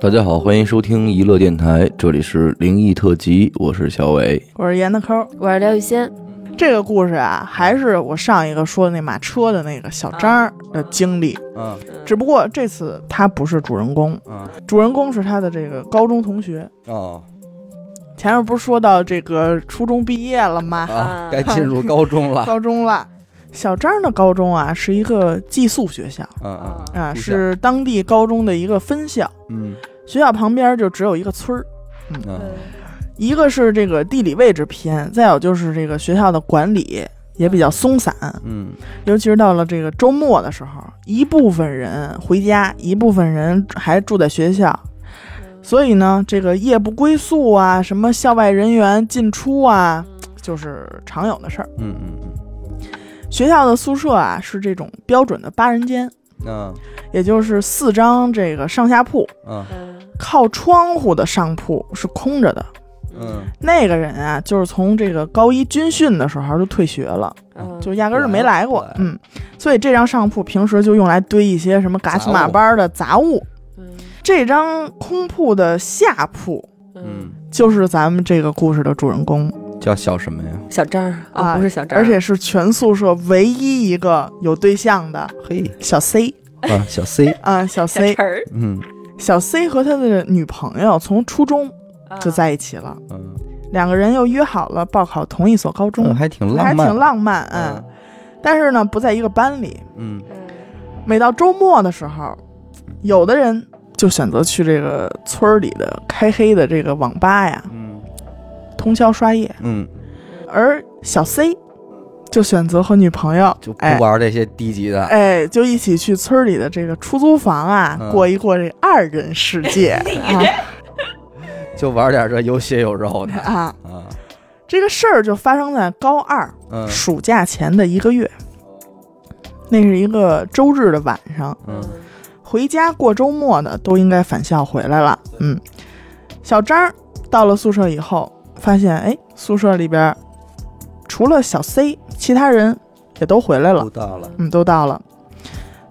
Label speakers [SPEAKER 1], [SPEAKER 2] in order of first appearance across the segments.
[SPEAKER 1] 大家好，欢迎收听娱乐电台，这里是灵异特辑，我是小伟。
[SPEAKER 2] 我是严的抠儿。
[SPEAKER 3] 我是廖玉仙，
[SPEAKER 2] 这个故事啊，还是我上一个说的那马车的那个小张儿的经历，
[SPEAKER 1] 嗯
[SPEAKER 2] 只不过这次他不是主人公，
[SPEAKER 1] 嗯
[SPEAKER 2] 主人公是他的这个高中同学。
[SPEAKER 1] 哦
[SPEAKER 2] 前面不是说到这个初中毕业了吗？
[SPEAKER 1] 啊
[SPEAKER 3] 啊，
[SPEAKER 1] 该进入高中了。
[SPEAKER 2] 高中了，小张的高中啊是一个寄宿学校
[SPEAKER 1] 嗯嗯
[SPEAKER 2] 啊，
[SPEAKER 1] 住校
[SPEAKER 2] 是当地高中的一个分校，
[SPEAKER 1] 嗯
[SPEAKER 2] 学校旁边就只有一个村儿。
[SPEAKER 1] 嗯
[SPEAKER 2] 一个是这个地理位置偏，再有就是这个学校的管理也比较松散，
[SPEAKER 1] 嗯
[SPEAKER 2] 尤其是到了这个周末的时候，一部分人回家，一部分人还住在学校，所以呢，这个夜不归宿啊，什么校外人员进出啊，就是常有的事儿。
[SPEAKER 1] 嗯嗯
[SPEAKER 2] 学校的宿舍啊是这种标准的八人间，
[SPEAKER 1] 嗯
[SPEAKER 2] 也就是四张这个上下铺，
[SPEAKER 1] 嗯
[SPEAKER 3] 嗯
[SPEAKER 2] 靠窗户的上铺是空着的。
[SPEAKER 1] 嗯
[SPEAKER 2] 那个人啊，就是从这个高一军训的时候就退学了，
[SPEAKER 3] 嗯，
[SPEAKER 2] 就压根儿就没
[SPEAKER 1] 对
[SPEAKER 2] 来过。
[SPEAKER 1] 对
[SPEAKER 2] 嗯，所以这张上铺平时就用来堆一些什么嘎七马八的杂物。
[SPEAKER 3] 嗯
[SPEAKER 2] 这张空铺的下铺
[SPEAKER 3] 嗯，
[SPEAKER 1] 嗯，
[SPEAKER 2] 就是咱们这个故事的主人公，
[SPEAKER 1] 叫小什么呀？
[SPEAKER 3] 小张儿
[SPEAKER 2] 啊
[SPEAKER 3] 啊，不是小张儿，
[SPEAKER 2] 而且是全宿舍唯一一个有对象的
[SPEAKER 1] 嘿
[SPEAKER 2] 小 C
[SPEAKER 1] 啊，小 C。
[SPEAKER 2] 啊，小
[SPEAKER 3] 小
[SPEAKER 2] C，
[SPEAKER 3] 陈儿
[SPEAKER 1] 嗯
[SPEAKER 2] 小 C 和他的女朋友从初中
[SPEAKER 3] 啊
[SPEAKER 1] 啊
[SPEAKER 2] 就在一起了，
[SPEAKER 1] 嗯，
[SPEAKER 2] 两个人又约好了报考同一所高
[SPEAKER 1] 嗯
[SPEAKER 2] 中，
[SPEAKER 1] 还挺
[SPEAKER 2] 还
[SPEAKER 1] 浪漫，
[SPEAKER 2] 挺浪漫，嗯，但是呢不在一个班里，
[SPEAKER 1] 嗯
[SPEAKER 2] 每到周末的时候，有的人就选择去这个村儿里的开黑的这个网吧呀，
[SPEAKER 1] 嗯
[SPEAKER 2] 通宵刷夜。
[SPEAKER 1] 嗯，
[SPEAKER 2] 而小 C 就选择和女朋友
[SPEAKER 1] 就不
[SPEAKER 2] 哎
[SPEAKER 1] 玩这些低级的。
[SPEAKER 2] 哎，就一起去村儿里的这个出租房啊，
[SPEAKER 1] 嗯
[SPEAKER 2] 过一过这二人世界啊
[SPEAKER 1] 就玩点这有血有肉的
[SPEAKER 2] 啊！
[SPEAKER 1] 啊，
[SPEAKER 2] 这个事儿就发生在高二
[SPEAKER 1] 嗯
[SPEAKER 2] 暑假前的一个月，那是一个周日的晚上。
[SPEAKER 1] 嗯
[SPEAKER 3] 嗯
[SPEAKER 2] 回家过周末的都应该返校回来了。嗯，小张儿到了宿舍以后，发现哎，宿舍里边儿除了小 C，其他人也都回来了
[SPEAKER 1] 都，到了，
[SPEAKER 2] 嗯，都到了。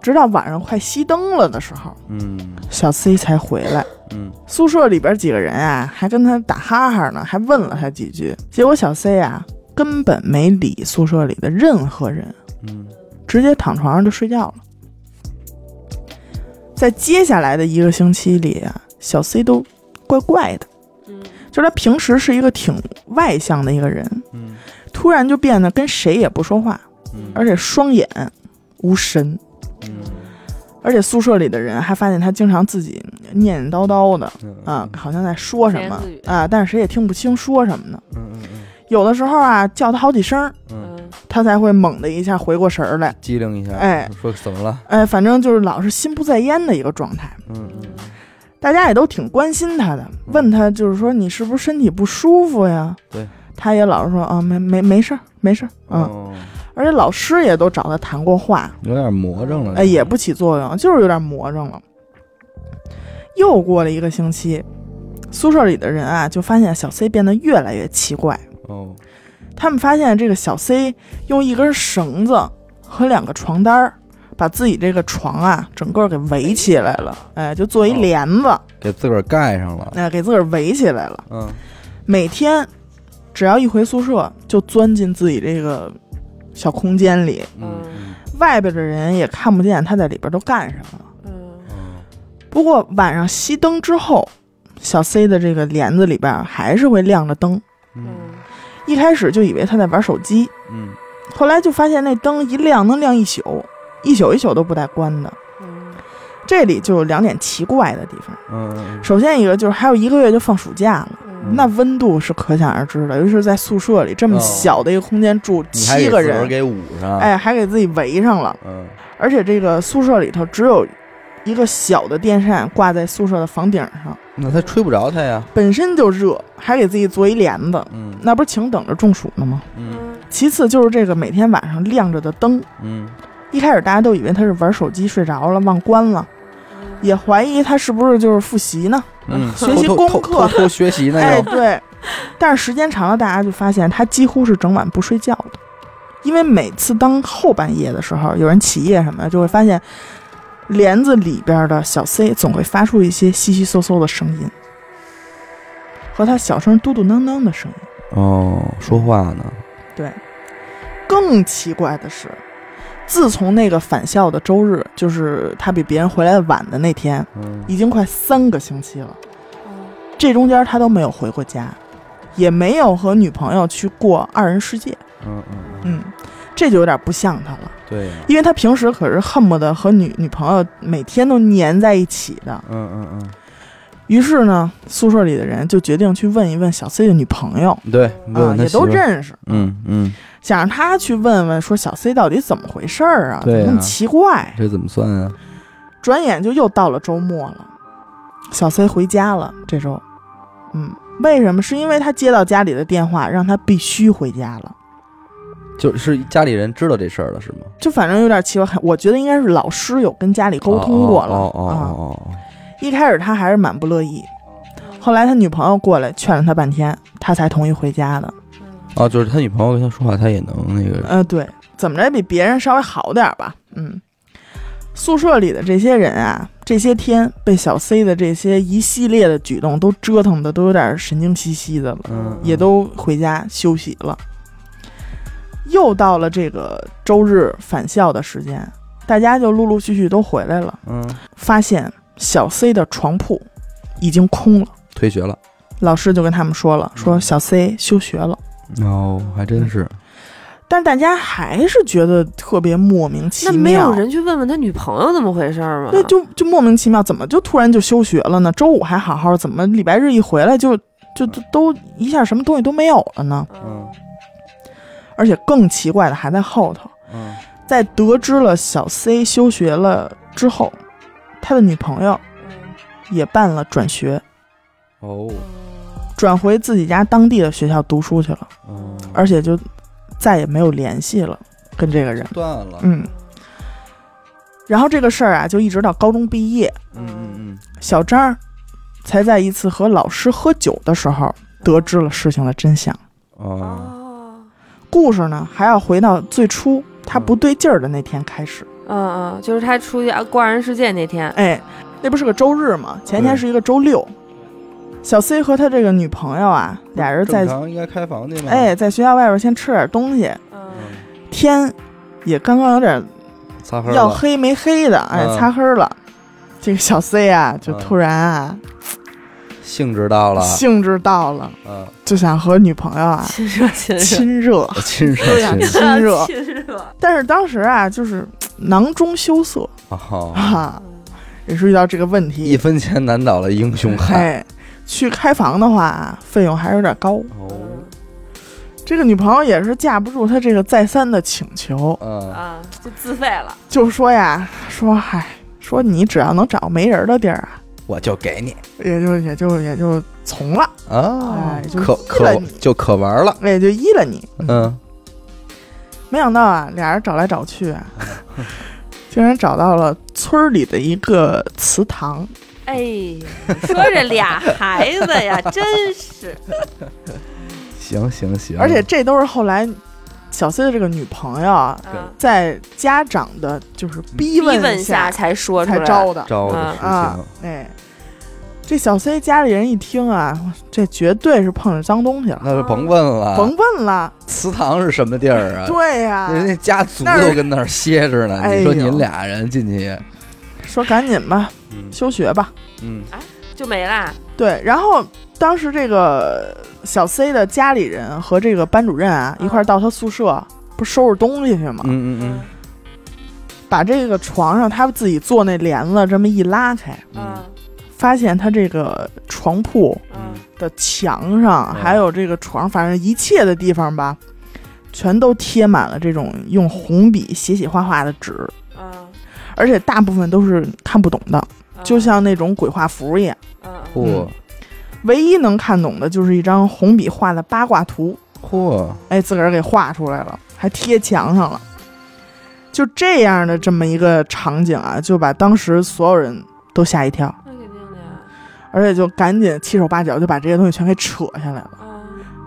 [SPEAKER 2] 直到晚上快熄灯了的时候，
[SPEAKER 1] 嗯
[SPEAKER 2] 小 C 才回来。
[SPEAKER 1] 嗯
[SPEAKER 2] 宿舍里边几个人啊，还跟他打哈哈呢，还问了他几句。结果小 C 啊，根本没理宿舍里的任何人，
[SPEAKER 1] 嗯
[SPEAKER 2] 直接躺床上就睡觉了。在接下来的一个星期里啊，小 C 都怪怪的，
[SPEAKER 3] 嗯
[SPEAKER 2] 就是他平时是一个挺外向的一个人，
[SPEAKER 1] 嗯
[SPEAKER 2] 突然就变得跟谁也不说话，
[SPEAKER 1] 嗯，
[SPEAKER 2] 而且双眼无神，
[SPEAKER 1] 嗯
[SPEAKER 2] 而且宿舍里的人还发现他经常自己念念叨叨的
[SPEAKER 1] 嗯
[SPEAKER 2] 啊，好像在说什么
[SPEAKER 3] 自言自语
[SPEAKER 2] 啊，但是谁也听不清说什么呢。
[SPEAKER 1] 嗯嗯嗯
[SPEAKER 2] 有的时候啊，叫他好几声，
[SPEAKER 1] 嗯，
[SPEAKER 3] 嗯
[SPEAKER 2] 他才会猛地一下回过神儿来。
[SPEAKER 1] 机灵一下，
[SPEAKER 2] 哎
[SPEAKER 1] 说怎么了？
[SPEAKER 2] 哎，反正就是老是心不在焉的一个状态。
[SPEAKER 1] 嗯嗯
[SPEAKER 2] 大家也都挺关心他的，问他就是说你是不是身体不舒服呀？
[SPEAKER 1] 对，
[SPEAKER 2] 他也老是说啊没没没事儿没事儿，嗯，
[SPEAKER 1] 哦，
[SPEAKER 2] 而且老师也都找他谈过话，
[SPEAKER 1] 有点魔怔了，
[SPEAKER 2] 哎也不起作用，就是有点魔怔了。又过了一个星期，宿舍里的人啊就发现小 C 变得越来越奇怪，
[SPEAKER 1] 哦，
[SPEAKER 2] 他们发现这个小 C 用一根绳子和两个床单儿。把自己这个床啊，整个给围起来了，哎，就做一
[SPEAKER 1] 哦
[SPEAKER 2] 帘子，
[SPEAKER 1] 给自个儿盖上了，
[SPEAKER 2] 哎，给自个儿围起来了。
[SPEAKER 1] 嗯
[SPEAKER 2] 每天只要一回宿舍，就钻进自己这个小空间里，
[SPEAKER 1] 嗯
[SPEAKER 2] 外边的人也看不见他在里边都干什么了。
[SPEAKER 3] 嗯
[SPEAKER 1] 嗯
[SPEAKER 2] 不过晚上熄灯之后，小 C 的这个帘子里边还是会亮着灯。
[SPEAKER 1] 嗯
[SPEAKER 3] 嗯
[SPEAKER 2] 一开始就以为他在玩手机，
[SPEAKER 1] 嗯
[SPEAKER 2] 后来就发现那灯一亮能亮一宿，一宿一宿都不带关的。
[SPEAKER 3] 嗯
[SPEAKER 2] 这里就有两点奇怪的地方。
[SPEAKER 1] 嗯
[SPEAKER 2] 首先一个就是还有一个月就放暑假了，
[SPEAKER 3] 嗯
[SPEAKER 2] 那温度是可想而知的，尤其是在宿舍里这么
[SPEAKER 1] 哦
[SPEAKER 2] 小的一个空间住
[SPEAKER 1] 你还
[SPEAKER 2] 七个人，
[SPEAKER 1] 给捂上，，
[SPEAKER 2] 哎，还给自己围上了，
[SPEAKER 1] 嗯
[SPEAKER 2] 而且这个宿舍里头只有一个小的电扇挂在宿舍的房顶上，
[SPEAKER 1] 那他吹不着他呀，
[SPEAKER 2] 本身就热，还给自己做一帘子，
[SPEAKER 1] 嗯
[SPEAKER 2] 那不是请等着中暑呢吗？
[SPEAKER 1] 嗯
[SPEAKER 3] 嗯
[SPEAKER 2] 其次就是这个每天晚上亮着的灯，
[SPEAKER 1] 嗯
[SPEAKER 2] 一开始大家都以为他是玩手机睡着了忘关了，
[SPEAKER 3] 嗯
[SPEAKER 2] 也怀疑他是不是就是复习呢？
[SPEAKER 1] 嗯，
[SPEAKER 2] 学习
[SPEAKER 1] 偷
[SPEAKER 2] 功
[SPEAKER 1] 偷
[SPEAKER 2] 课
[SPEAKER 1] 偷偷偷学习呢
[SPEAKER 2] 哎，
[SPEAKER 1] 又，
[SPEAKER 2] 对，但是时间长了，大家就发现他几乎是整晚不睡觉的，因为每次当后半夜的时候，有人起夜什么的，就会发现帘子里边的小 C 总会发出一些窸窸窣窣的声音，和他小声嘟嘟囔囔的声音。
[SPEAKER 1] 哦，说话呢，
[SPEAKER 2] 对，更奇怪的是，自从那个返校的周日，就是他比别人回来晚的那天，
[SPEAKER 1] 嗯，
[SPEAKER 2] 已经快三个星期了。
[SPEAKER 3] 嗯
[SPEAKER 2] 这中间他都没有回过家，也没有和女朋友去过二人世界。
[SPEAKER 1] 嗯嗯，
[SPEAKER 2] 嗯，这就有点不像他了，
[SPEAKER 1] 对呀，
[SPEAKER 2] 因为他平时可是恨不得和女女朋友每天都粘在一起的。
[SPEAKER 1] 嗯嗯
[SPEAKER 2] 于是呢，宿舍里的人就决定去问一问小 C 的女朋友
[SPEAKER 1] 嗯，对，
[SPEAKER 2] 啊，
[SPEAKER 1] 问他
[SPEAKER 2] 也
[SPEAKER 1] 媳妇
[SPEAKER 2] 都
[SPEAKER 1] 儿，
[SPEAKER 2] 认识，
[SPEAKER 1] 嗯嗯，
[SPEAKER 2] 想让他去问问说小 C 到底怎么回事儿啊，怎
[SPEAKER 1] 对啊
[SPEAKER 2] 么那么奇怪？
[SPEAKER 1] 这怎么算啊？
[SPEAKER 2] 转眼就又到了周末了，小 C 回家了。这周，嗯，为什么？是因为他接到家里的电话，让他必须回家了。
[SPEAKER 1] 就是家里人知道这事儿了是吗？
[SPEAKER 2] 就反正有点奇怪，我觉得应该是老师有跟家里沟通过了啊、
[SPEAKER 1] 哦哦哦哦哦
[SPEAKER 2] 一开始他还是蛮不乐意，后来他女朋友过来劝了他半天，他才同意回家的。
[SPEAKER 3] 嗯
[SPEAKER 1] 哦，哦，就是他女朋友跟他说话，他也能那个，
[SPEAKER 2] 呃，对，怎么着也比别人稍微好点儿吧。嗯，宿舍里的这些人啊，这些天被小 C 的这些一系列的举动都折腾的都有点神经兮兮的了，
[SPEAKER 1] 嗯，
[SPEAKER 2] 也都回家休息了。又到了这个周日返校的时间，大家就陆陆续续都回来了，
[SPEAKER 1] 嗯
[SPEAKER 2] 发现小 C 的床铺已经空了。
[SPEAKER 1] 退学了，
[SPEAKER 2] 老师就跟他们说
[SPEAKER 3] 嗯
[SPEAKER 2] 了，说小 C 休学了。
[SPEAKER 1] 哦，还真是，
[SPEAKER 2] 但是大家还是觉得特别莫名其
[SPEAKER 3] 那
[SPEAKER 2] 妙，
[SPEAKER 3] 没有人去问问他女朋友怎么回事儿吗？
[SPEAKER 2] 对，就就莫名其妙，怎么就突然就休学了呢？周五还好好，怎么礼拜日一回来就就就都一下什么东西都没有了呢？
[SPEAKER 3] 嗯
[SPEAKER 2] 而且更奇怪的还在后头，
[SPEAKER 1] 嗯，
[SPEAKER 2] 在得知了小 C 休学了之后，他的女朋友也办了转学，
[SPEAKER 1] 哦，
[SPEAKER 3] 嗯
[SPEAKER 2] 转回自己家当地的学校读书去了，
[SPEAKER 1] 嗯，
[SPEAKER 2] 而且就再也没有联系了跟这个人。
[SPEAKER 1] 断了，
[SPEAKER 2] 嗯，然后这个事儿啊，就一直到高中毕业，
[SPEAKER 1] 嗯嗯
[SPEAKER 2] 小张儿才在一次和老师喝酒的时候得知了事情的真相。
[SPEAKER 1] 嗯，哦，
[SPEAKER 3] 哦，
[SPEAKER 2] 故事呢，还要回到最初他
[SPEAKER 1] 嗯
[SPEAKER 2] 不对劲儿的那天开始。
[SPEAKER 3] 嗯嗯，就是他出去啊逛人世界那天，
[SPEAKER 2] 哎，那不是个周日吗？前天
[SPEAKER 1] 对
[SPEAKER 2] 是一个周六。小 C 和他这个女朋友啊，俩人在
[SPEAKER 1] 正常嗯应该开房去嘛，
[SPEAKER 2] 哎，在学校外边先吃点东西，
[SPEAKER 3] 嗯
[SPEAKER 1] 嗯，
[SPEAKER 2] 天也刚刚有点
[SPEAKER 1] 撒黑
[SPEAKER 2] 要
[SPEAKER 1] 了，
[SPEAKER 2] 黑没黑的，哎，
[SPEAKER 1] 嗯
[SPEAKER 2] 擦黑了。这个小 C 啊，就
[SPEAKER 1] 嗯
[SPEAKER 2] 突然啊，
[SPEAKER 1] 兴致到了，
[SPEAKER 2] 兴致到了，
[SPEAKER 1] 嗯，
[SPEAKER 2] 就想和女朋 友啊
[SPEAKER 3] 亲热亲热
[SPEAKER 2] 亲热。
[SPEAKER 1] 我亲热
[SPEAKER 2] 对呀
[SPEAKER 1] 亲热，
[SPEAKER 2] 亲热
[SPEAKER 3] 亲热，
[SPEAKER 2] 但是当时啊，就是嘖囊中羞涩
[SPEAKER 1] 哦，
[SPEAKER 2] 啊，
[SPEAKER 3] 嗯
[SPEAKER 2] 也是遇到这个问
[SPEAKER 1] 一
[SPEAKER 2] 题。
[SPEAKER 1] 分钱难倒了英雄汉，
[SPEAKER 2] 哎，去开房的话，费用还是有点高。
[SPEAKER 3] 嗯
[SPEAKER 1] 哦，
[SPEAKER 2] 这个女朋友也是架不住他这个再三的请求，
[SPEAKER 3] 嗯
[SPEAKER 1] 嗯，
[SPEAKER 3] 啊，就自费了，
[SPEAKER 2] 就说呀，说嗨，说你只要能找没人的地儿啊，
[SPEAKER 1] 我就给你
[SPEAKER 2] 也就也就也就从了，
[SPEAKER 1] 啊
[SPEAKER 2] 哎，，就
[SPEAKER 1] 可
[SPEAKER 2] 依了
[SPEAKER 1] 可
[SPEAKER 2] 你，
[SPEAKER 1] 就可玩了，
[SPEAKER 2] 也就依了你。
[SPEAKER 1] 嗯，
[SPEAKER 2] 没想到啊，俩人找来找 去啊，竟然找到了村儿里的一个祠堂。
[SPEAKER 3] 哎，说这俩孩子呀， 真是，
[SPEAKER 1] 行行行，
[SPEAKER 2] 而且这都是后来小 C 的这个女朋友啊，
[SPEAKER 3] 啊
[SPEAKER 2] 在家长的就是逼
[SPEAKER 3] 逼
[SPEAKER 2] 问
[SPEAKER 3] 问下才说出
[SPEAKER 2] 才
[SPEAKER 3] 来，
[SPEAKER 2] 嗯招的
[SPEAKER 1] 招的
[SPEAKER 3] 嗯
[SPEAKER 1] 事
[SPEAKER 2] 啊
[SPEAKER 1] 情，。
[SPEAKER 2] 哎，这小 C 家里人一听啊，这绝对是碰上脏东西了，
[SPEAKER 1] 那就甭问了，
[SPEAKER 2] 哦甭问了。
[SPEAKER 1] 祠堂是什么地儿啊？
[SPEAKER 2] 对呀、
[SPEAKER 1] 人家家族
[SPEAKER 2] 啊那儿
[SPEAKER 1] 都跟那儿歇着呢，
[SPEAKER 2] 哎
[SPEAKER 1] 你说
[SPEAKER 2] 呦
[SPEAKER 1] 您俩人进去，
[SPEAKER 2] 说赶紧吧，
[SPEAKER 1] 嗯
[SPEAKER 2] 休学吧。
[SPEAKER 1] 嗯
[SPEAKER 3] 就没啦，
[SPEAKER 2] 对，然后当时这个小 C 的家里人和这个班主任啊
[SPEAKER 3] 嗯
[SPEAKER 2] 一块儿到他宿舍，不是收拾东西去吗？
[SPEAKER 1] 嗯嗯
[SPEAKER 2] 把这个床上他自己做那帘子这么一拉开，
[SPEAKER 1] 嗯
[SPEAKER 3] 嗯
[SPEAKER 2] 发现他这个床铺
[SPEAKER 3] 嗯
[SPEAKER 2] 的墙上，
[SPEAKER 1] 嗯
[SPEAKER 2] 还有这个床，反正一切的地方吧，全都贴满了这种用红笔写写画画的纸，
[SPEAKER 3] 嗯，
[SPEAKER 2] 而且大部分都是看不懂的，
[SPEAKER 3] 嗯
[SPEAKER 2] 就像那种鬼画符一样。
[SPEAKER 3] 嗯嗯
[SPEAKER 1] 嚯
[SPEAKER 2] 唯一能看懂的就是一张红笔画的八卦图，
[SPEAKER 1] 嚯，
[SPEAKER 2] 哎，自个儿给画出来了，还贴墙上了。就这样的这么一个场景啊，就把当时所有人都吓一跳，
[SPEAKER 3] 那肯定的呀，
[SPEAKER 2] 而且就赶紧七手八脚就把这些东西全给扯下来了，
[SPEAKER 3] 嗯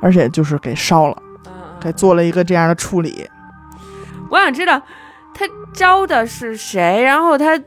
[SPEAKER 2] 而且就是给烧了，
[SPEAKER 3] 嗯，
[SPEAKER 2] 给做了一个这样的处理。
[SPEAKER 3] 我想知道他招的是谁，然后他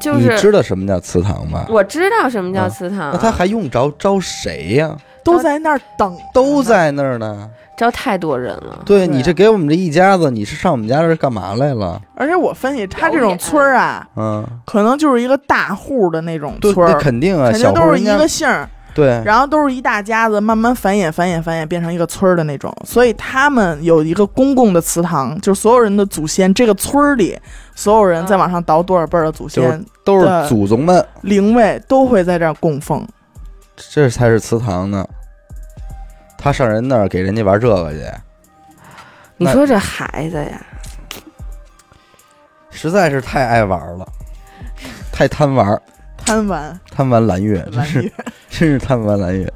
[SPEAKER 3] 就
[SPEAKER 1] 你知
[SPEAKER 3] 是
[SPEAKER 1] 道什么叫祠堂吗？
[SPEAKER 3] 我知道什么叫
[SPEAKER 1] 啊
[SPEAKER 3] 祠堂
[SPEAKER 1] 那他还用着招谁呀、
[SPEAKER 2] 都在那儿等，
[SPEAKER 1] 都。在那儿呢。
[SPEAKER 3] 招太多人了，
[SPEAKER 1] 对
[SPEAKER 2] 嗯对啊
[SPEAKER 1] 你这给我们这一家子，你是上我们家这儿干嘛来了？
[SPEAKER 2] 而且我分析，他这种村儿啊，
[SPEAKER 1] 嗯，
[SPEAKER 2] 可能就是一个大户的那种
[SPEAKER 1] 对，
[SPEAKER 2] 村
[SPEAKER 1] 那
[SPEAKER 2] 儿，
[SPEAKER 1] 肯定啊，
[SPEAKER 2] 肯
[SPEAKER 1] 小
[SPEAKER 2] 定
[SPEAKER 1] 户
[SPEAKER 2] 都
[SPEAKER 1] 儿
[SPEAKER 2] 是
[SPEAKER 1] 应
[SPEAKER 2] 一
[SPEAKER 1] 该哎
[SPEAKER 2] 个姓儿，
[SPEAKER 1] 对，
[SPEAKER 2] 然后都是一大家子，慢慢繁衍、繁衍、繁衍，变成一个村儿的那种。所以他们有一个公共的祠堂，就是所有人的祖先，这个村儿里所有人再往上倒多少辈儿的祖
[SPEAKER 1] 就
[SPEAKER 2] 先，
[SPEAKER 1] 都是
[SPEAKER 2] 对
[SPEAKER 1] 祖宗们，
[SPEAKER 2] 灵位都会在这儿供奉。
[SPEAKER 1] 这才是祠堂呢。他上人那儿给人家玩这个去，
[SPEAKER 3] 你
[SPEAKER 1] 那
[SPEAKER 3] 说这孩子呀，
[SPEAKER 1] 实在是太爱玩了，太贪玩儿，
[SPEAKER 2] 贪玩，
[SPEAKER 1] 贪玩蓝月，真
[SPEAKER 2] 蓝
[SPEAKER 1] 是
[SPEAKER 2] 月，
[SPEAKER 1] 真是贪玩蓝月。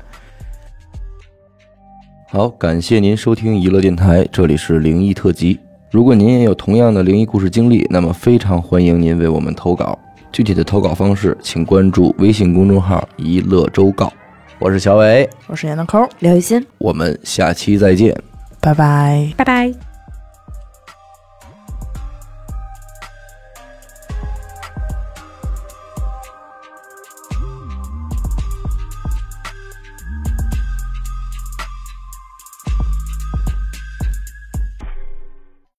[SPEAKER 4] 好，感谢您收听娱乐电台，这里是灵异特辑。如果您也有同样的灵异故事经历，那么非常欢迎您为我们投稿。具体的投稿方式，请关注微信公众号“一乐周告”。我是小伟，
[SPEAKER 2] 我是闫德抠，
[SPEAKER 3] 刘雨欣，
[SPEAKER 4] 我们下期再见。
[SPEAKER 2] 拜拜。
[SPEAKER 5] 拜拜。